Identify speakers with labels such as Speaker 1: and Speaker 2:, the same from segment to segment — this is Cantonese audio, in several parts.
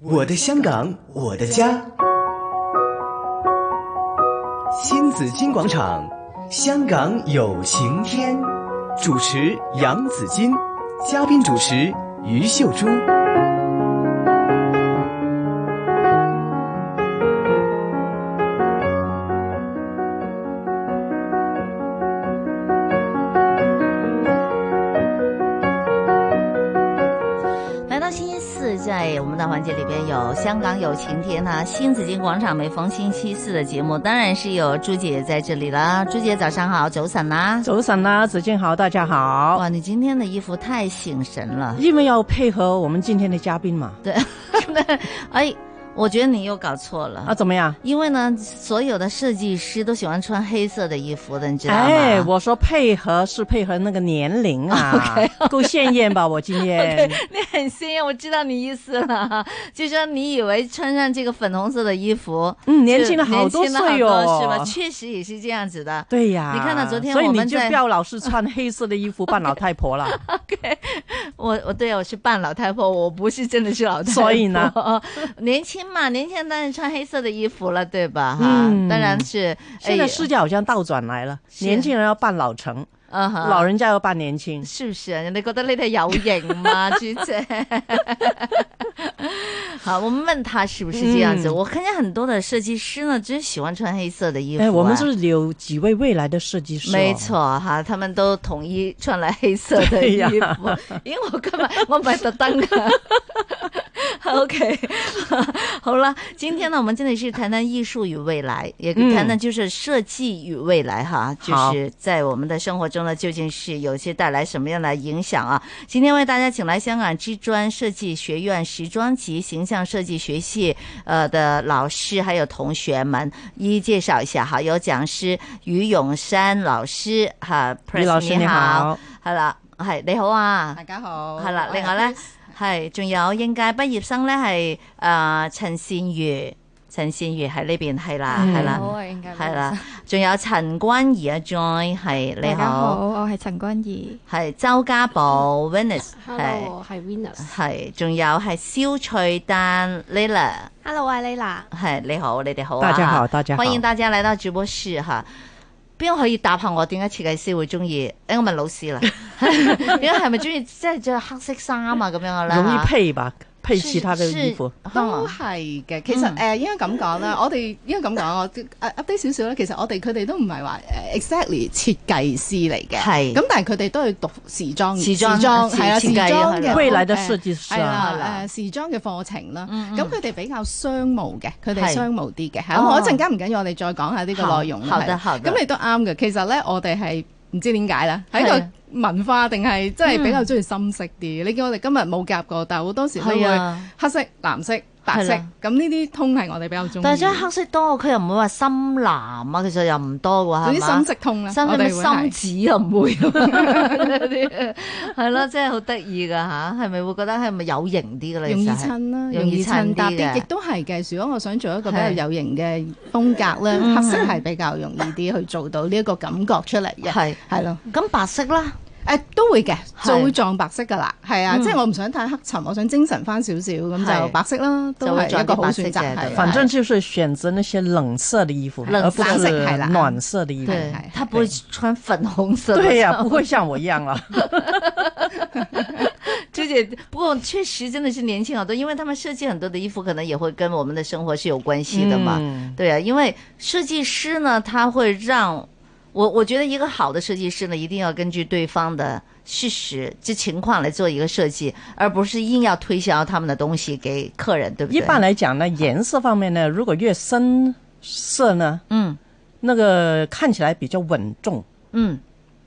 Speaker 1: 我的香港，我的家。新紫金广场，香港有晴天。主持杨紫金，嘉宾主持于秀珠。
Speaker 2: 来到星期四，在我们的环节里边有香港有晴天呐、新紫金广场每逢星期四的节目，当然是有朱姐在这里啦。朱姐早上好，早晨啦！
Speaker 3: 早晨啦，子健好，大家好。
Speaker 2: 哇，你今天的衣服太醒神了，
Speaker 3: 因为要配合我们今天的嘉宾嘛，
Speaker 2: 对，哎，我觉得你又搞错了
Speaker 3: 啊，。怎么样？
Speaker 2: 因为呢，所有的设计师都喜欢穿黑色的衣服的，你知道吗？
Speaker 3: 哎，我说配合是配合那个年龄啊够鲜艳吧？我今 天
Speaker 2: 你很鲜艳，我知道你意思了。 就说你以为穿上这个粉红色的衣服，
Speaker 3: 嗯，年
Speaker 2: 就
Speaker 3: 轻了好多
Speaker 2: 年轻了好
Speaker 3: 岁
Speaker 2: 多
Speaker 3: 哦，
Speaker 2: 是吧？确实也是这样子的。
Speaker 3: 对呀，
Speaker 2: 你看到昨天
Speaker 3: 所以
Speaker 2: 我
Speaker 3: 你
Speaker 2: 们
Speaker 3: 就
Speaker 2: 在
Speaker 3: 不要老是穿黑色的衣服扮老太 婆了。哎
Speaker 2: 我我对我是扮老太婆，我不是真的是老太婆。
Speaker 3: 所以呢，
Speaker 2: 年轻嘛，年轻人当然穿黑色的衣服了，对吧？哈、
Speaker 3: 嗯
Speaker 2: 当然是。
Speaker 3: 现在
Speaker 2: 哎
Speaker 3: 世界好像倒转来了，
Speaker 2: 是
Speaker 3: 年轻人要扮老成，
Speaker 2: 嗯哼
Speaker 3: 老人家要扮年轻。
Speaker 2: 是不是啊？你觉得那个有型 吗，朱姐？ 好，我们问他是不是这样子。
Speaker 3: 嗯
Speaker 2: 我看见很多的设计师呢，真喜欢穿黑色的衣服、
Speaker 3: 哎，我们
Speaker 2: 哎
Speaker 3: 是不是有几位未来的设计师哦？
Speaker 2: 没錯吓，他們都統一穿嚟黑色嘅衣服。咦，我今日 我唔係特登噶。OK，好了，今天呢，我们真的是谈谈艺术与未来，也
Speaker 3: 嗯
Speaker 2: 谈谈就是设计与未来哈，就
Speaker 3: 好
Speaker 2: 是在我们的生活中呢，究竟是有些带来什么样的影响啊？今天为大家请来香港之专设计学院时装及形象设计学系呃的老师还有同学们，一一介绍一下哈。有讲师于永山老师哈
Speaker 3: 李老
Speaker 2: ，Press
Speaker 3: 师
Speaker 2: 你
Speaker 3: 你
Speaker 2: 好，
Speaker 3: 好，
Speaker 2: 系啦，系你好啊
Speaker 4: 大，家好，
Speaker 2: 係啦
Speaker 4: 我
Speaker 2: 另外咧
Speaker 4: Chris
Speaker 2: 系仲有應屆畢業生咧係誒陳善如，陳善如喺呢邊係啦
Speaker 3: 嗯
Speaker 2: 係
Speaker 4: 好
Speaker 2: 啦
Speaker 4: 啊，應該
Speaker 2: 係啦，仲有陳君怡啊 Joy 係你
Speaker 4: 大家好，
Speaker 2: 好，
Speaker 4: 我係陳君怡
Speaker 2: 係周家寶 Venus 係
Speaker 5: Hello，我係 Venus。
Speaker 2: 係，仲有係蕭翠丹 Lila。
Speaker 4: ，Hello，我係 Lila，
Speaker 2: 系你好，你哋好、啊，
Speaker 3: 大家好，，大家好，
Speaker 2: 欢迎大家嚟到直播室吓。邊個可以答下我點解設計師會中意？誒、我問老師啦， 點解係咪中意即係着黑色衫啊咁樣嘅啦？
Speaker 3: 容易配吧？配
Speaker 2: 是
Speaker 3: 其他的衣服。
Speaker 2: 是
Speaker 4: 都係嘅。其實
Speaker 2: 嗯
Speaker 4: 誒應該咁 講啦，我哋應該咁講，我誒 update 少少啦。其實我哋佢哋都唔係話誒 exactly 設計師嚟嘅，
Speaker 2: 係
Speaker 4: 咁，但係佢哋都係讀時裝
Speaker 2: 時裝時
Speaker 4: 係啦，啊
Speaker 2: 設
Speaker 4: 時
Speaker 2: 計
Speaker 4: 裝
Speaker 2: 係啦
Speaker 4: 嘅
Speaker 3: 未來的設計師
Speaker 2: 係
Speaker 3: 啊，
Speaker 4: 係
Speaker 2: 啦
Speaker 4: 啦，誒呃時裝嘅課程啦。
Speaker 2: 嗯嗯
Speaker 4: 咁佢哋比較商務嘅，佢哋
Speaker 2: 係
Speaker 4: 商務啲嘅。係
Speaker 2: 哦
Speaker 4: 咁我一陣間唔緊要，我哋再講下呢
Speaker 2: 好
Speaker 4: 個內容啦。
Speaker 2: 好
Speaker 4: 係
Speaker 2: 的好的
Speaker 4: 咁你都啱嘅。其實咧，我哋係唔知點解啦，
Speaker 2: 係啊嗯
Speaker 4: 喺個文化定係即係比較中意深色啲。你見我哋今日冇夾過，但係好多時都
Speaker 2: 係
Speaker 4: 會
Speaker 2: 啊，
Speaker 4: 黑色、藍色、白色
Speaker 2: 係啦
Speaker 4: 咁呢啲通係我哋比較中意。
Speaker 2: 但係將黑色多，佢又唔會話深藍啊，其實又唔多喎，
Speaker 4: 總
Speaker 2: 係
Speaker 4: 之
Speaker 2: 嘛
Speaker 4: 深？色通啦，
Speaker 2: 深
Speaker 4: 我
Speaker 2: 咩
Speaker 4: 哋會
Speaker 2: 深
Speaker 4: 係
Speaker 2: 紫啊？唔會係咯，真係好得意㗎吓，係咪會覺得係咪有型啲㗎啦？
Speaker 4: 容易
Speaker 2: 其實係
Speaker 4: 襯啦，
Speaker 2: 容
Speaker 4: 容
Speaker 2: 易
Speaker 4: 易
Speaker 2: 襯
Speaker 4: 襯搭
Speaker 2: 啲嘅
Speaker 4: 啲，亦都係嘅。如果我想做一個比較
Speaker 2: 係
Speaker 4: 有型嘅風格咧，
Speaker 2: 嗯
Speaker 4: 黑色係比較容易啲去做到呢一個感覺出嚟嘅，
Speaker 2: 係
Speaker 4: 係咯。
Speaker 2: 咁白色啦，
Speaker 4: 誒都會嘅，
Speaker 2: 係
Speaker 4: 就會撞白色噶啦，係啊，
Speaker 2: 嗯
Speaker 4: 即係我唔想太黑沉，我想精神翻少少，咁
Speaker 2: 係
Speaker 4: 就白色啦，都係一個
Speaker 2: 就會撞啲
Speaker 4: 好選
Speaker 2: 白色嘅
Speaker 4: 擇，係
Speaker 2: 對
Speaker 4: 啊
Speaker 3: 反正就是选择那些冷色的衣服，
Speaker 2: 冷
Speaker 3: 而不
Speaker 4: 冷
Speaker 3: 是
Speaker 4: 色系啦
Speaker 3: 暖色的衣服。
Speaker 2: 對
Speaker 4: 係係，
Speaker 2: 他不會穿粉紅色的
Speaker 3: 对呀、不会像我一样 啊。
Speaker 2: 朱姐，不过确实真的是年轻好多，因为他们设计很多的衣服，可能也会跟我们的生活是有关系的嘛。
Speaker 3: 嗯
Speaker 2: 对啊，因为设计师呢，他会让我，我觉得一个好的设计师呢，一定要根据对方的事实、这情况来做一个设计，而不是硬要推销他们的东西给客人，对不对？
Speaker 3: 一般来讲
Speaker 2: 嗯
Speaker 3: 呢，颜色方面呢，如果越深色呢，
Speaker 2: 嗯
Speaker 3: 那个看起来比较稳重，
Speaker 2: 嗯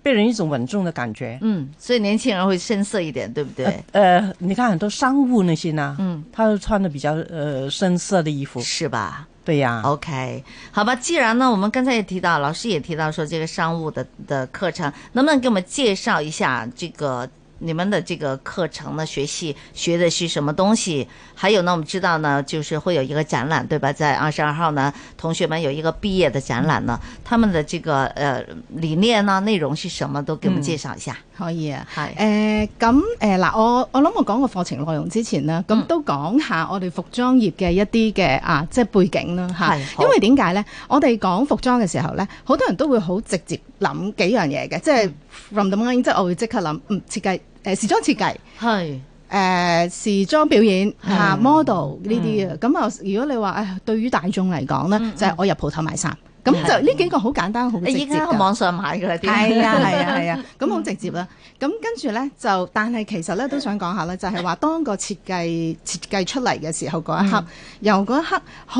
Speaker 3: 被人一种稳重的感觉。
Speaker 2: 嗯，所以年轻人会深色一点，对不对？
Speaker 3: 呃，你看很多商务那些呢，
Speaker 2: 嗯，
Speaker 3: 他穿的比较呃深色的衣服。
Speaker 2: 是吧？
Speaker 3: 对呀、
Speaker 2: 啊哦 OK，好吧，既然呢，我们刚才也提到，老师也提到说这个商务的的课程，能不能给我们介绍一下这个你们的这个课程呢，学习学的是什么东西？还有呢，我们知道呢，就是会有一个展览，对吧？在二十二号呢，同学们有一个毕业的展览呢，他们的这个呃理念呢、内容是什么，都给我们介绍一下。
Speaker 4: 可以啊。
Speaker 2: 係
Speaker 4: 誒咁誒嗱，我我諗我講個課程內容之前啦，
Speaker 2: 嗯
Speaker 4: 咁都講下我哋服裝業嘅一啲嘅啊，即係背景啦嚇
Speaker 2: 係。好
Speaker 4: 因為點解咧？我哋講服裝嘅時候咧，好多人都會好直接諗幾樣嘢嘅，即
Speaker 2: 嗯
Speaker 4: 係 from the mind，即係我會即刻諗，嗯，設計誒時裝設
Speaker 2: 嗯
Speaker 4: 計。
Speaker 2: 係
Speaker 4: 誒、時裝表演
Speaker 2: 係嗯
Speaker 4: 嚇 model 呢啲嘅，咁啊、如果你話誒對於大眾嚟講咧，就係我入鋪頭買衫，咁
Speaker 2: 嗯
Speaker 4: 就呢幾個好簡單好直接
Speaker 2: 你而哎家喺
Speaker 4: 㗎。
Speaker 2: 網上買㗎啦啲。
Speaker 4: 係啊係啊係啊，咁
Speaker 2: 嗯
Speaker 4: 好直接啦。咁跟住咧就，但係其實咧都想講下咧，就係話當個設計設計出嚟嘅時候嗰
Speaker 2: 嗯
Speaker 4: 一刻，由嗰一刻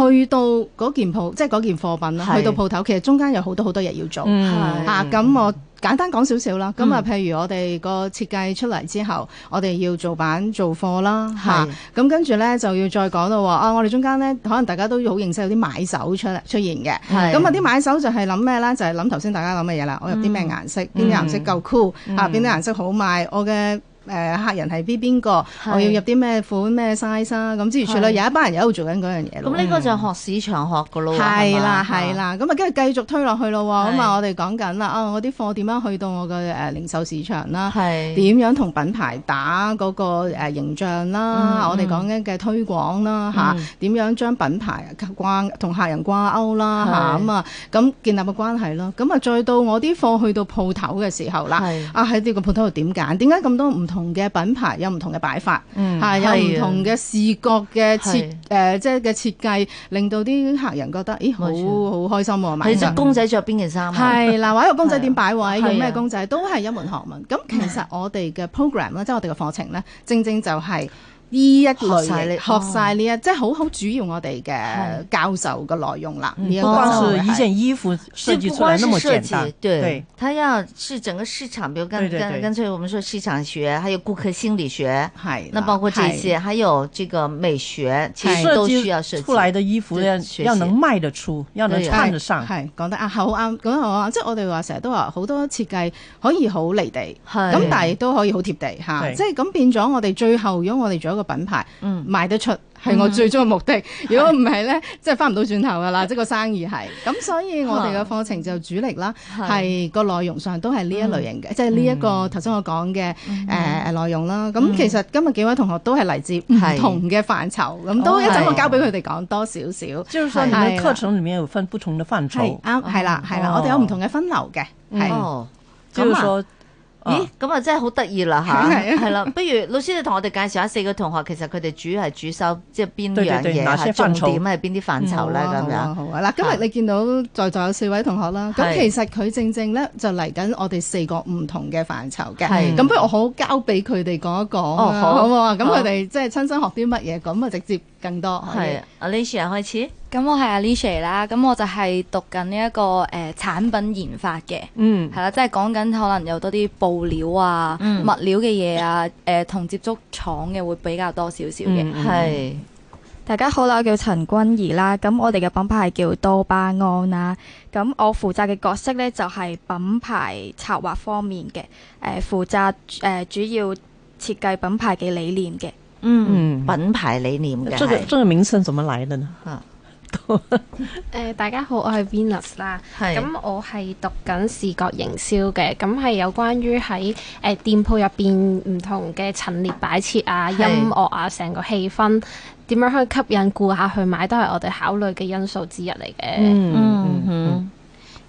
Speaker 4: 去到嗰件鋪，即係嗰件貨品啦，
Speaker 2: 係
Speaker 4: 去到鋪頭，其實中間有好多好多嘢要做。
Speaker 2: 嗯
Speaker 4: 啊，咁我簡單講少少啦。咁啊，譬如我哋個設計出嚟之後，我哋要做版做貨啦，
Speaker 2: 係
Speaker 4: 嚇、咁跟住咧就要再講到話啊，我哋中間咧可能大家都好認識有啲買手出嚟出現嘅。
Speaker 2: 係
Speaker 4: 咁啊，啲買手就係諗咩咧？就係諗頭先大家諗嘅嘢啦。我入啲咩
Speaker 2: 嗯
Speaker 4: 顏色？邊啲顏色夠 cool？啊，邊啲顏色好賣？我嘅誒、客人係邊邊個？
Speaker 2: 係
Speaker 4: 我要入啲咩款咩 size 啊？咁之如此類，
Speaker 2: 係
Speaker 4: 有一班人喺度做緊嗰樣嘢咯嗯
Speaker 2: 咁。呢個就係學市場學㗎咯喎。
Speaker 4: 係啦，
Speaker 2: 係嘛
Speaker 4: 係。啦，咁啊，跟住繼續推落去咯喎。咁
Speaker 2: 係
Speaker 4: 啊，我哋講緊啦，啊，我啲貨點樣去到我嘅誒零售市場啦？
Speaker 2: 啊係
Speaker 4: 點樣同品牌打嗰個誒形象啦？
Speaker 2: 嗯
Speaker 4: 我哋講緊嘅推廣啦，嚇點樣將品牌掛同客人掛鈎啦，嚇
Speaker 2: 係
Speaker 4: 咁啊，咁建立個關係咯。咁啊，再到我啲貨去到鋪頭嘅時候啦
Speaker 2: 係，
Speaker 4: 啊喺呢個鋪頭度點揀？點解咁多唔同嘅品牌有唔同嘅擺法？
Speaker 3: 嗯
Speaker 4: 嚇有唔
Speaker 2: 係啊
Speaker 4: 同嘅視覺嘅設
Speaker 2: 係
Speaker 4: 誒，即係嘅設計，令到啲客人覺得，咦，好
Speaker 2: 冇錯
Speaker 4: 好開心喎，買
Speaker 2: 你隻
Speaker 4: 上
Speaker 2: 公仔着邊件衫啊？
Speaker 4: 係啦，或者個公仔點擺
Speaker 2: 係啊
Speaker 4: 位，
Speaker 2: 係啊嗯
Speaker 4: 用咩公仔都係一門學問。咁其實我哋嘅 program 咧，即係我哋嘅課程咧，正正就係呢一類
Speaker 2: 學晒呢
Speaker 4: 型
Speaker 2: 哦
Speaker 4: 學晒呢一，即係好好主要我哋嘅
Speaker 2: 係嗯
Speaker 4: 教授嘅內容啦。呢一
Speaker 3: 不
Speaker 4: 個
Speaker 3: 光
Speaker 4: 就會
Speaker 3: 是一
Speaker 4: 係
Speaker 3: 件衣服设
Speaker 2: 就
Speaker 3: 计
Speaker 2: 不
Speaker 3: 出来
Speaker 2: 光是
Speaker 3: 那么
Speaker 2: 设
Speaker 3: 简
Speaker 2: 计，
Speaker 3: 单，
Speaker 2: 对，
Speaker 3: 对，
Speaker 2: 他要是整个市场，比如刚
Speaker 3: 对对
Speaker 2: 刚
Speaker 3: 对
Speaker 2: 干脆我们说市场学，还有顾客心理学，
Speaker 4: 係啦
Speaker 2: 那包括这
Speaker 4: 係
Speaker 2: 些，还有这个美学，其实
Speaker 3: 设
Speaker 2: 哎都需要设计
Speaker 3: 计出来的衣服要
Speaker 2: 对学习
Speaker 3: 要能卖得出，要能
Speaker 2: 对啊
Speaker 3: 看得上，
Speaker 4: 係講得啊，好啱，講得好啱。即係我哋話成日都話好多設計可以好離地，
Speaker 2: 係
Speaker 4: 咁但係亦都可以好貼地嚇。
Speaker 3: 係
Speaker 4: 即係咁變咗，我哋最後如果我哋做一個品牌
Speaker 2: 嗯
Speaker 4: 賣得出，係我最終嘅目的。如果唔係咧，即係翻唔到轉頭㗎啦，即係個生意係。咁所以我哋嘅課程就主力啦，係個內容上都係呢一類型嘅，即係呢一個頭先我講嘅誒誒內容啦。咁其實今日幾位同學都係嚟自唔
Speaker 2: 係
Speaker 4: 同嘅範疇，咁都一陣我
Speaker 2: 係
Speaker 4: 交俾佢哋講多少少。
Speaker 3: 就是说你们
Speaker 4: 是
Speaker 3: 课程里面有分不同的范
Speaker 4: 係
Speaker 3: 畴，
Speaker 4: 啱，係啦，係啦，我哋有唔同嘅分流嘅，係
Speaker 2: 哦，
Speaker 3: 就是
Speaker 2: 咁啊
Speaker 3: 说，
Speaker 2: 咦，咁啊真係好得意啦吓，
Speaker 4: 係啊
Speaker 2: 係啦，不如老師你同我哋介紹下四個同學，其實佢哋主要係主修即係邊
Speaker 3: 對對
Speaker 2: 樣
Speaker 3: 對
Speaker 2: 嘢
Speaker 3: 哪
Speaker 2: 嚇，
Speaker 3: 些
Speaker 2: 重
Speaker 3: 範疇
Speaker 2: 點係邊啲範疇咧
Speaker 4: 好啊
Speaker 2: 咁
Speaker 4: 好啊
Speaker 2: 樣？
Speaker 4: 好啊，嗱，今日你見到在座有四位同學啦，咁
Speaker 2: 係
Speaker 4: 其實佢正正咧就嚟緊我哋四個唔同嘅範疇嘅，
Speaker 2: 係
Speaker 4: 咁不如我好交俾佢哋講一講
Speaker 2: 哦
Speaker 4: 啊
Speaker 2: 好
Speaker 4: 好唔好啊？咁
Speaker 2: 好
Speaker 4: 佢哋即係親身學啲乜嘢，咁啊直接更多可以
Speaker 2: 係，Alicia 開始，
Speaker 5: 咁我係 Alicia 啦，咁我就係讀緊呢一個誒、呃、產品研發嘅，
Speaker 3: 嗯，
Speaker 5: 係啦，即係講緊可能有多啲布料啊、
Speaker 2: 嗯
Speaker 5: 物料嘅嘢啊，誒、同接觸廠嘅會比較多少少嘅。
Speaker 3: 嗯嗯
Speaker 2: 係
Speaker 6: 大家好啦，我叫陳君怡啦，咁我哋嘅品牌係叫多巴胺啦，咁我負責嘅角色呢，就係、品牌策劃方面嘅，誒、負責誒、呃主要設計品牌嘅理念嘅。
Speaker 2: 嗯
Speaker 3: 嗯
Speaker 2: 品牌理念嘅
Speaker 3: 这个
Speaker 2: 係
Speaker 3: 这个名称怎么来的呢？
Speaker 7: 誒、大家好，我係 Venus 啦。
Speaker 2: 係
Speaker 7: 咁我係讀緊視覺營銷嘅，咁係有關於喺誒、店鋪入邊唔同嘅陳列擺設啊、音
Speaker 2: 係
Speaker 7: 樂啊、成個氣氛點樣去吸引顧客去買，都係我哋考慮嘅因素之一嚟嘅。
Speaker 2: 嗯哼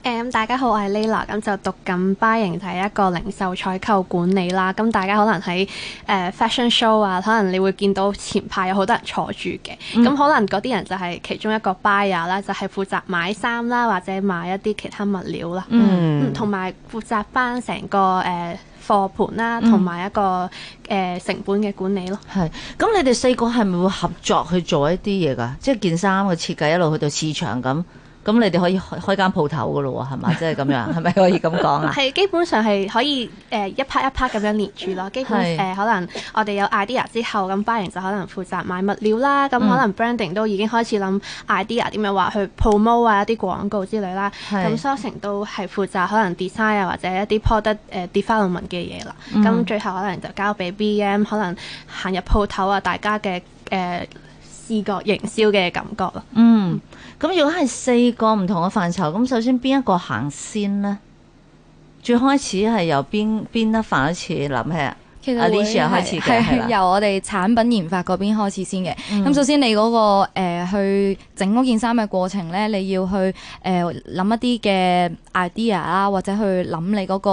Speaker 7: 誒、大家好，我係 Layla，咁就讀緊 buying 就係一個零售採購管理啦。咁大家可能喺誒、呃 fashion show 啊，可能你會見到前排有好多人坐住嘅，咁、
Speaker 2: 嗯
Speaker 7: 可能嗰啲人就係其中一個 buyer 啦，就係、負責啊買衫啦，或者買一啲其他物料啦，嗯，同埋、負責翻成個誒、呃、貨盤啦，
Speaker 2: 嗯
Speaker 7: 同埋一個誒、呃成本嘅管理咯。
Speaker 2: 係，咁你哋四個係咪會合作去做一啲嘢㗎？即係件衫嘅設計一路去到市場咁，咁你哋可以開開間鋪頭噶咯喎，係 嘛？即係咁樣，係咪可以咁講啊？
Speaker 7: 係基本上係可以誒、呃一 part 一 part 咁樣連住咯。基本
Speaker 2: 係
Speaker 7: 誒、呃可能我哋有 idea 之後，咁 b u y i n 就可能負責買物料啦。咁
Speaker 2: 嗯
Speaker 7: 可能 branding 都已經開始諗 idea 點樣話去 promote 啊一啲廣告之類啦。
Speaker 2: 係
Speaker 7: 咁 sourcing 都係負責可能 design 啊或者一啲 product 誒、呃 development 嘅嘢啦。
Speaker 2: 嗯
Speaker 7: 咁、最後可能就交俾 BM 可能行入鋪頭啊，大家嘅誒、呃、視覺營銷嘅感覺咯。
Speaker 2: 嗯，咁如果係四個唔同嘅範疇，咁首先邊一個行先呢？最開始係由邊邊一範開始諗起啊？
Speaker 5: 其實
Speaker 2: 啊
Speaker 5: 會
Speaker 2: Alicia
Speaker 5: 係
Speaker 2: 開始嘅
Speaker 5: 係
Speaker 2: 係啦
Speaker 5: 由我哋產品研發嗰邊開始先嘅。咁、
Speaker 2: 嗯
Speaker 5: 首先你嗰、個、呃、去整嗰件衫嘅過程咧，你要去呃誒諗、一啲嘅 idea 啊，或者去諗你嗰、個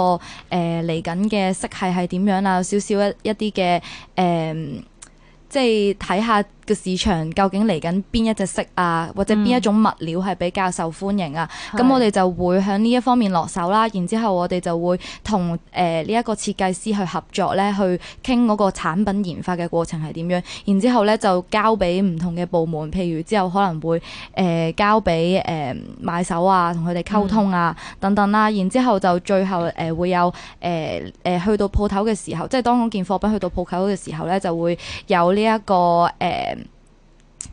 Speaker 5: 呃嚟緊嘅色系係點樣啊，有少少一一啲嘅誒。呃即係睇下個市場究竟嚟緊邊一隻色啊，或者邊一種物料係比較受歡迎啊。咁、
Speaker 2: 係
Speaker 5: 我哋就會向呢一方面落手啦。然之後我哋就會同誒呢一個設計師去合作咧，去傾嗰個產品研發嘅過程係點樣。然之後咧就交俾唔同嘅部門，譬如之後可能會誒、呃交俾誒、呃、買手啊，同佢哋溝通啊、等等啦。然之後就最後誒、呃、會有誒誒、呃呃去到鋪頭嘅時候，即係當嗰件貨品去到鋪頭嘅時候咧，就會。有呢、一個誒、呃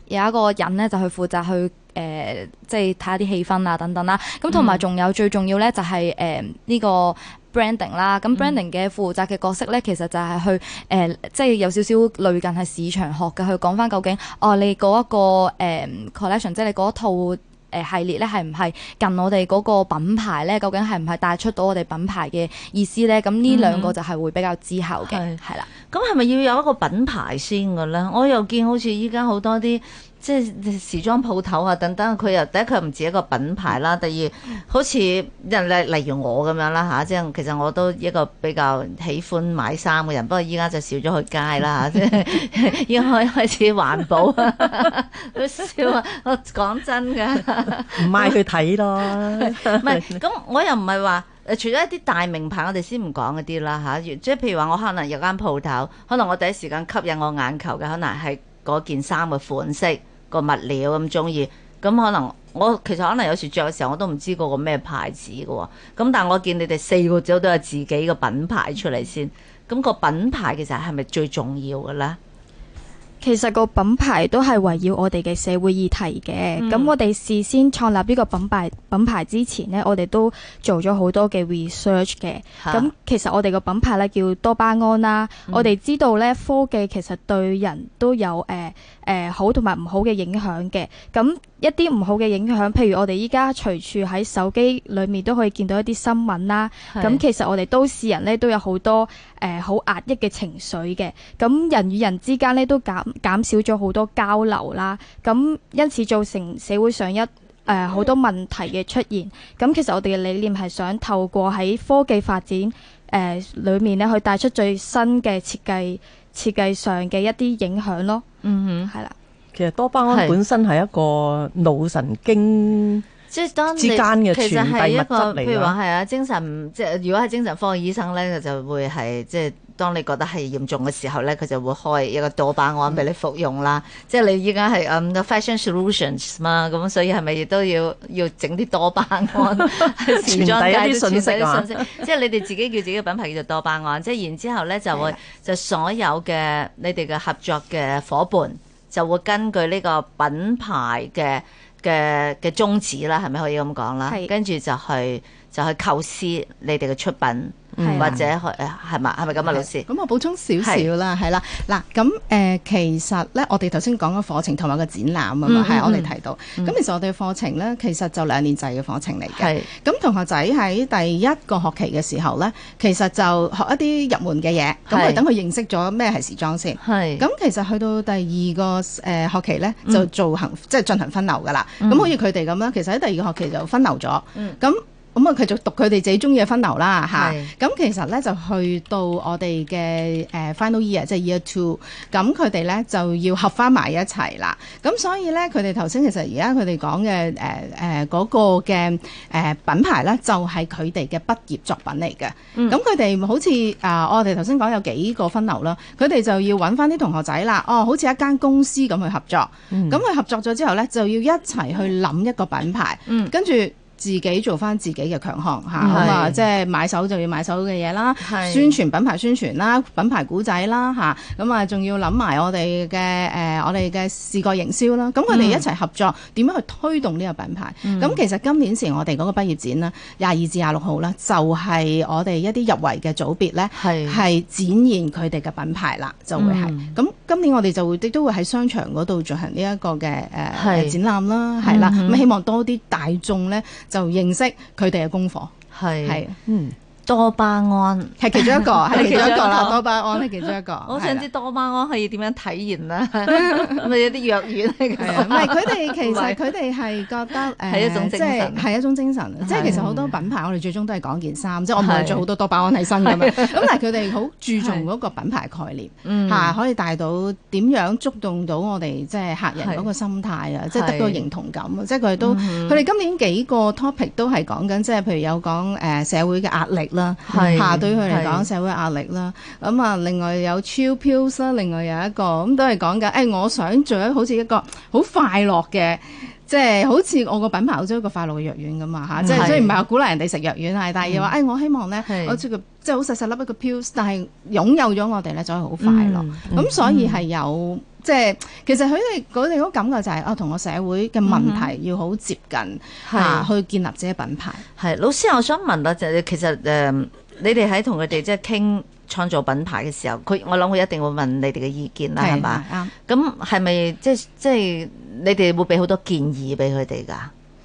Speaker 5: 有一個人咧就去負責去誒、呃即係睇下啲氣氛啊等等啦。咁同埋仲有最重要咧就係誒呢個。branding 啦，咁 branding 嘅負責嘅角色咧，其實就係去誒、呃即係有少少類近係市場學嘅，去講翻究竟哦，你嗰、一個、呃、collection，即係你嗰套誒、呃系列咧，係唔係近我哋嗰個品牌咧？究竟係唔係帶出到我哋品牌嘅意思咧？咁
Speaker 6: 嗯
Speaker 5: 呢兩個就係會比較之後嘅，
Speaker 2: 係
Speaker 5: 係啦。
Speaker 2: 咁係咪要有一個品牌先嘅咧？我又見好似依家好多啲即係時裝鋪頭啊等等，佢又第一佢唔止一個品牌啦，第二好似人例例如我咁樣啦吓，即係其實我都一個比較喜歡買衫嘅人，不過依家就少咗去街啦 嚇，即係已經開開始環保啊， 好笑啊！我講真㗎。
Speaker 3: 唔買去 睇咯。
Speaker 2: 唔係，咁我又唔係話誒，除咗一啲大名牌，我哋先唔講嗰啲啦吓，即係譬如話，我可能有間鋪頭，可能我第一時間吸引我眼球嘅，可能係嗰件衫嘅款式、個物料咁中意，咁可能。我其實可能有時着嘅時候，我都唔知嗰個咩牌子嘅喎。咁但係我見你哋四個組都有自己嘅品牌出嚟先，咁、個品牌其實係咪最重要嘅咧？
Speaker 6: 其實個品牌都係圍繞我哋嘅社會議題嘅。
Speaker 5: 嗯
Speaker 6: 咁、我哋事先創立呢個品牌品牌之前呢，我哋都做咗好多嘅 research 嘅。
Speaker 2: 嚇
Speaker 6: 咁其實我哋個品牌咧叫多巴胺啦。
Speaker 5: 嗯
Speaker 6: 我哋知道咧科技其實對人都有誒誒呃好同埋唔好嘅影響嘅。咁一啲唔好嘅影響，譬如我哋依家隨處喺手機裡面都可以見到一啲新聞啦。咁其實我哋都市人咧都有好多誒好、壓抑嘅情緒嘅，咁人與人之間咧都減減少咗好多交流啦，咁因此造成社會上一誒好、多問題嘅出現。咁其實我哋嘅理念係想透過喺科技發展誒、呃、裡面咧，去帶出最新嘅設計設計上嘅一啲影響咯，
Speaker 2: 嗯哼，
Speaker 6: 係啦。
Speaker 3: 其實多巴胺
Speaker 2: 係
Speaker 3: 本身係一個腦神經，
Speaker 2: 即係當你
Speaker 3: 之間嘅
Speaker 2: 其實係一
Speaker 3: 傳遞物
Speaker 2: 個，
Speaker 3: 質嚟㗎
Speaker 2: 譬如話係啊，精神即係如果係精神科嘅醫生咧，佢就會係即係當你覺得係嚴重嘅時候咧，佢就會開一個多巴胺俾你服用啦。即係你依家係嗯 fashion solutions 嘛，咁所以係咪亦都要要整啲多巴胺喺時裝界
Speaker 3: 傳遞一啲
Speaker 2: 都
Speaker 3: 信息
Speaker 2: 傳遞
Speaker 3: 啊
Speaker 2: 啲信息？即係你哋自己叫自己嘅品牌叫做多巴胺，即係然啊之後咧就會就所有嘅你哋嘅合作嘅伙伴就會根據呢個品牌嘅。嘅嘅宗旨啦，係咪可以咁講啦？
Speaker 6: 係
Speaker 2: 跟住就去就去構思你哋嘅出品，
Speaker 6: 係
Speaker 2: 或
Speaker 6: 啦
Speaker 2: 者去係咪係咪咁啊，老師？
Speaker 4: 咁我補充少少啦，係啦，嗱咁誒，其實咧，我哋頭先講嘅課程同埋個展覽啊
Speaker 2: 嗯
Speaker 4: 嘛，
Speaker 2: 嗯
Speaker 4: 係我哋
Speaker 2: 嗯
Speaker 4: 提到。咁其實我哋嘅課程咧，其實就兩年制嘅課程嚟嘅。
Speaker 2: 係
Speaker 4: 咁同學仔喺第一個學期嘅時候咧，其實就學一啲入門嘅嘢，咁
Speaker 2: 係
Speaker 4: 佢等佢認識咗咩係時裝先。
Speaker 2: 係嗯
Speaker 4: 咁其實去到第二個誒、呃、學期咧，就做行、即係進行分流噶啦。咁好似佢哋咁啦，其實喺第二個學期就分流咗。咁、咁啊繼續讀佢哋自己中意嘅分流啦吓
Speaker 2: 嗯係，
Speaker 4: 咁其實咧就去到我哋嘅誒 final year 即係 year two，咁佢哋咧就要合翻埋一齊啦。咁所以咧，佢哋頭先其實而家佢哋講嘅誒誒嗰個嘅誒、品牌咧，就係佢哋嘅畢業作品嚟嘅。
Speaker 2: 嗯
Speaker 4: 咁佢哋好似誒、啊我哋頭先講有幾個分流啦，佢哋就要揾翻啲同學仔啦，哦，好似一間公司咁去合作。
Speaker 2: 嗯
Speaker 4: 咁佢、合作咗之後咧，就要一齊去諗一個品牌，
Speaker 2: 嗯
Speaker 4: 跟住。自己做翻自己嘅強項嚇，
Speaker 2: 嗯
Speaker 4: 咁啊，
Speaker 2: 係
Speaker 4: 即係買手就要買手嘅嘢啦，
Speaker 2: 係
Speaker 4: 宣傳品牌宣傳啦，品牌古仔啦吓，咁啊仲要諗埋我哋嘅誒我哋嘅視覺營銷啦，咁佢哋
Speaker 2: 嗯
Speaker 4: 一齊合作點樣去推動呢個品牌？咁其實今年時我哋嗰個畢業展啦，廿二至廿六號啦，就係我哋一啲入圍嘅組別咧。
Speaker 2: 係
Speaker 4: 係展現佢哋嘅品牌啦，就會係
Speaker 2: 嗯
Speaker 4: 咁。今年我哋就會亦都會喺商場嗰度進行呢一個嘅誒、呃
Speaker 2: 係
Speaker 4: 展覽啦，係啦。
Speaker 2: 嗯
Speaker 4: 咁、
Speaker 2: 哼
Speaker 4: 希望多啲大眾咧就認識佢哋嘅功課，
Speaker 2: 係
Speaker 4: 係
Speaker 3: 嗯，
Speaker 2: 多巴胺。
Speaker 4: 係其中一個，係其
Speaker 2: 係其中
Speaker 4: 中一個
Speaker 2: 一
Speaker 4: 啦，
Speaker 2: 個
Speaker 4: 多巴胺係其中一個。
Speaker 2: 我想知
Speaker 4: 係啦。
Speaker 2: 多巴胺可以點樣體現 咧？咪有啲藥丸嚟
Speaker 4: 係啊， 唔
Speaker 2: 㗎。
Speaker 4: 係佢哋其
Speaker 2: 唔係
Speaker 4: 實佢哋係覺 得誒，
Speaker 2: 係一種精神
Speaker 4: 即係係一種精神。即係其實好多品牌，我哋最終都係講件衫，即係我唔
Speaker 2: 係
Speaker 4: 會做好多多巴胺喺身咁樣。咁但係佢哋好注重嗰個品牌概念。
Speaker 2: 嗯
Speaker 4: 嚇、可以帶到點樣觸動到我哋即係客人嗰個心態啊，即係得到認同感啊，即係佢哋都
Speaker 2: 嗯
Speaker 4: 佢哋今年幾個 topic 都係講緊，即係譬如有講誒、呃社會嘅壓力啦，
Speaker 2: 係
Speaker 4: 嚇對於佢嚟講
Speaker 2: 係
Speaker 4: 社會壓力啦，咁啊另外有 chill pills 啦，另外有一個咁都係講緊，誒、我想做一好似一個好快樂嘅。即係好似我個品牌好似一個快樂嘅藥丸咁啊嚇，即
Speaker 2: 係
Speaker 4: 係雖然唔係話鼓勵人哋食藥丸係，但係又話誒我希望咧
Speaker 2: 係，
Speaker 4: 我做個即係好細細粒一個 pills，但係
Speaker 2: 嗯
Speaker 4: 擁有咗我哋咧就係好快樂。咁所以係有即係其實佢哋佢哋嗰個感覺就係、啊，同個社會嘅問題要好接近嚇、
Speaker 2: 嗯
Speaker 4: 啊
Speaker 2: 係
Speaker 4: 去建立自己嘅品牌。
Speaker 2: 係老師，我想問啦，就係其實誒、呃你哋喺同佢哋即係傾創造品牌嘅時候，佢我諗佢一定會問你哋嘅意見啦，係嘛？
Speaker 4: 啱。
Speaker 2: 咁係咪即係即係你哋會俾好多建議俾佢哋㗎？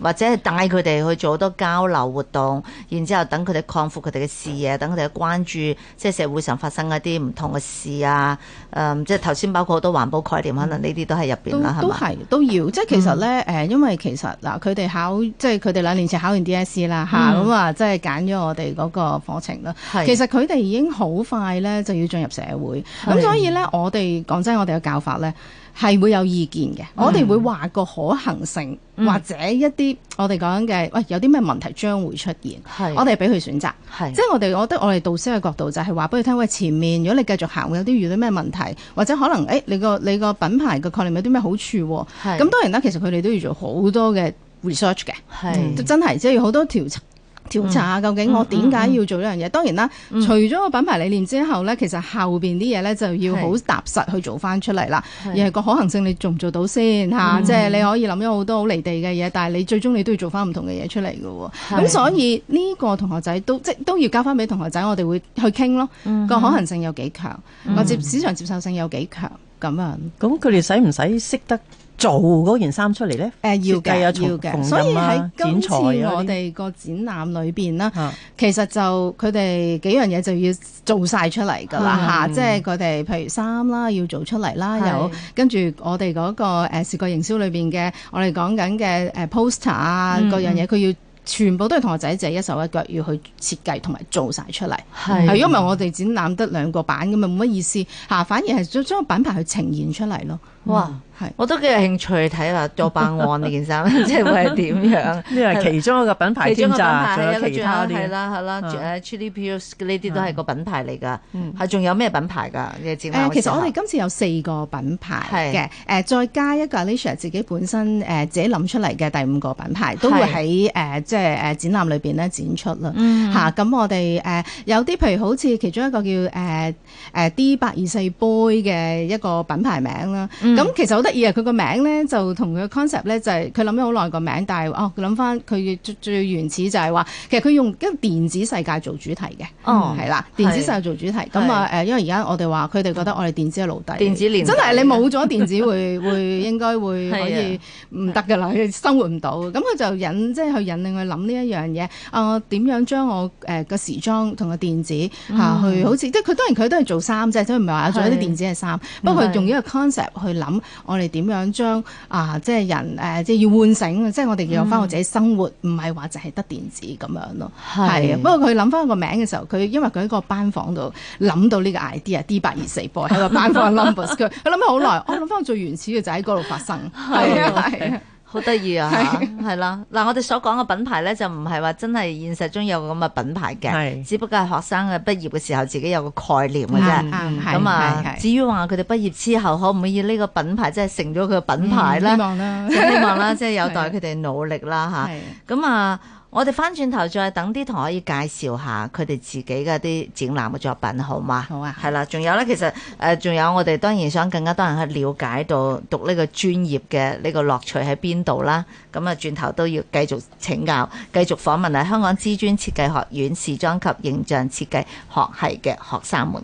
Speaker 2: 或者係帶佢哋去做好多交流活動，然之後等佢哋擴闊佢哋嘅視野，等佢哋去關注即係社會上發生一啲唔同嘅事啊。誒、即係頭先包括好多環保概念，可能呢啲都喺入邊啦，
Speaker 4: 嗯都
Speaker 2: 係
Speaker 4: 都
Speaker 2: 嘛？嗯
Speaker 4: 係都要，即係其實咧誒、因為其實嗱，佢哋考即係佢哋兩年前考完 DSE 啦吓，
Speaker 2: 嗯
Speaker 4: 咁啊、即係揀咗我哋嗰個課程啦。
Speaker 2: 係
Speaker 4: 其實佢哋已經好快咧就要進入社會，咁所以咧我哋講真，我哋嘅教法咧係會有意見嘅，我哋會話個可行性、
Speaker 2: 嗯
Speaker 4: 或者一啲我哋講嘅，喂有啲咩問題將會出現，
Speaker 2: 係
Speaker 4: 我哋俾佢選擇。
Speaker 2: 係
Speaker 4: 即係我哋，我覺得我哋導師嘅角度就係話俾佢聽，喂，前面如果你繼續行，會有啲遇到咩問題，或者可能誒、哎你個你個品牌嘅概念有啲咩好處喎？
Speaker 2: 係
Speaker 4: 咁當然啦，其實佢哋都要做好多嘅 research 嘅，
Speaker 2: 係
Speaker 4: 都真係即係要好多調查。調
Speaker 3: 嗯
Speaker 4: 查啊究竟我點解要做呢樣嘢？當然啦，除咗個品牌理念之後呢，其實後邊啲嘢呢就要好
Speaker 2: 係
Speaker 4: 踏實去做翻出嚟啦。
Speaker 2: 係
Speaker 4: 而係個可行性你做唔做到先嚇？
Speaker 3: 嗯
Speaker 4: 即係你可以諗咗好多好離地嘅嘢，但係你最終你都要做翻唔同嘅嘢出嚟嘅喎。
Speaker 2: 係
Speaker 4: 咁所以呢個同學仔都即係都要交翻俾同學仔，我哋會去傾咯。
Speaker 3: 嗯
Speaker 4: 個可行性有幾強，個接市場接受性有幾強咁啊樣。
Speaker 3: 咁佢哋使唔使識得做嗰件衫出嚟咧？
Speaker 4: 誒要
Speaker 3: 設計啊
Speaker 4: 嘅，
Speaker 3: 重
Speaker 4: 要嘅，
Speaker 3: 重
Speaker 4: 所以
Speaker 3: 印啊
Speaker 4: 喺今
Speaker 3: 剪
Speaker 4: 次
Speaker 3: 裁啊呢啲
Speaker 4: 我哋個展覽裏邊啦，
Speaker 3: 啊，
Speaker 4: 其實就佢哋幾樣嘢就要做晒出嚟㗎啦嚇，即係佢哋譬如衫啦要做出嚟啦，
Speaker 2: 嗯係
Speaker 4: 有跟住我哋嗰個誒視覺營銷裏邊嘅，我哋講緊嘅誒 poster 啊
Speaker 2: 嗯
Speaker 4: 各樣嘢，佢要全部都係同學仔自己一手一腳要去設計同埋做晒出嚟。係，
Speaker 2: 係
Speaker 4: 如果唔係我哋展覽得兩個版咁咪冇乜意思嚇，反而係將將個品牌去呈現出嚟咯。
Speaker 2: 哇！
Speaker 4: 嗯係。
Speaker 2: 我都幾有興趣睇下多巴胺呢件 衫，即係會係點樣？
Speaker 3: 呢係其中一個品牌
Speaker 2: 其中
Speaker 3: 添
Speaker 2: 一個品
Speaker 3: 咋，
Speaker 2: 牌
Speaker 3: 仲
Speaker 2: 係一
Speaker 3: 有
Speaker 2: 個
Speaker 3: 其
Speaker 2: 仲
Speaker 3: 他
Speaker 2: 有係
Speaker 3: 啲。
Speaker 2: 啦係啦，
Speaker 3: 嗯
Speaker 2: 誒 Chili Peels 呢啲都係個品牌嚟㗎，係仲有咩品牌㗎？你展
Speaker 4: 嗯誒、
Speaker 2: 覽嘅
Speaker 4: 其實我
Speaker 2: 時候
Speaker 4: 哋今次有四個品牌嘅，誒、再加一個 Alicia 自己本身誒、自己諗出嚟嘅第五個品牌，都會喺誒、即係誒、展覽裏邊咧展出啦。嚇、
Speaker 2: 嗯
Speaker 4: 咁、我哋誒、有啲譬如好似其中一個叫誒誒、D 八二四杯嘅一個品牌名啦。
Speaker 2: 嗯
Speaker 4: 咁、其實好得意啊！佢個名咧就同佢 concept 咧就係佢諗咗好耐個名，但係哦諗翻佢最最原始就係話，其實佢用跟電子世界做主題嘅，
Speaker 2: 哦
Speaker 4: 係啦，電子
Speaker 2: 係
Speaker 4: 世界做主題。咁啊誒，因為而家我哋話佢哋覺得我哋電子嘅奴隸，
Speaker 2: 嗯電子年代
Speaker 4: 真係你冇咗電子 會會應該會可
Speaker 2: 係啊
Speaker 4: 以唔得㗎啦，生活唔到。咁佢就引即係去引領佢諗呢一樣嘢啊，我點樣將我誒個時裝同個電子啊嚇去好似即係佢當然佢都係做衫啫，即係唔係話做一啲
Speaker 2: 嗯係
Speaker 4: 電子嘅衫，不過佢用一個 concept 去諗諗我哋點樣將啊即係人誒、即係要喚醒，即係我哋要有翻
Speaker 2: 嗯
Speaker 4: 我自己生活，唔係話就係得電子咁樣咯。係啊，
Speaker 2: 嗯
Speaker 4: 不過佢諗翻個名嘅時候，佢因為佢喺個班房度諗到呢個 idea D 八二四 boy 喺個班 房 numbers，佢佢諗咗好耐，我諗翻最原始嘅就喺嗰度發生，係啊係啊，
Speaker 2: 好得意啊，係啦，嗱，我哋所講嘅品牌咧，就唔係話真係現實中有咁嘅品牌嘅，
Speaker 3: 係
Speaker 2: 只不過係學生嘅畢業嘅時候自己有個概念嘅啫。
Speaker 4: 啱啱嗯係
Speaker 2: 咁啊，
Speaker 4: 嗯係係
Speaker 2: 至於話佢哋畢業之後可唔可以呢個品牌即係成咗佢嘅品牌咧
Speaker 4: 嗯希？望啦，
Speaker 2: 就希望啦，即係有
Speaker 4: 係啊
Speaker 2: 待佢哋努力啦
Speaker 4: 係
Speaker 2: 吓。咁啊，我哋翻轉頭再等啲同學可以介紹下佢哋自己嘅啲展覽嘅作品，好嘛？
Speaker 4: 好啊
Speaker 2: 係啦，仲有咧，其實誒，呃仲、有我哋當然想更加多人去了解到讀呢個專業嘅呢個樂趣喺邊度啦。咁啊，轉頭都要繼續請教，繼續訪問啊香港知專設計學院時裝及形象設計學系嘅學生們嘅。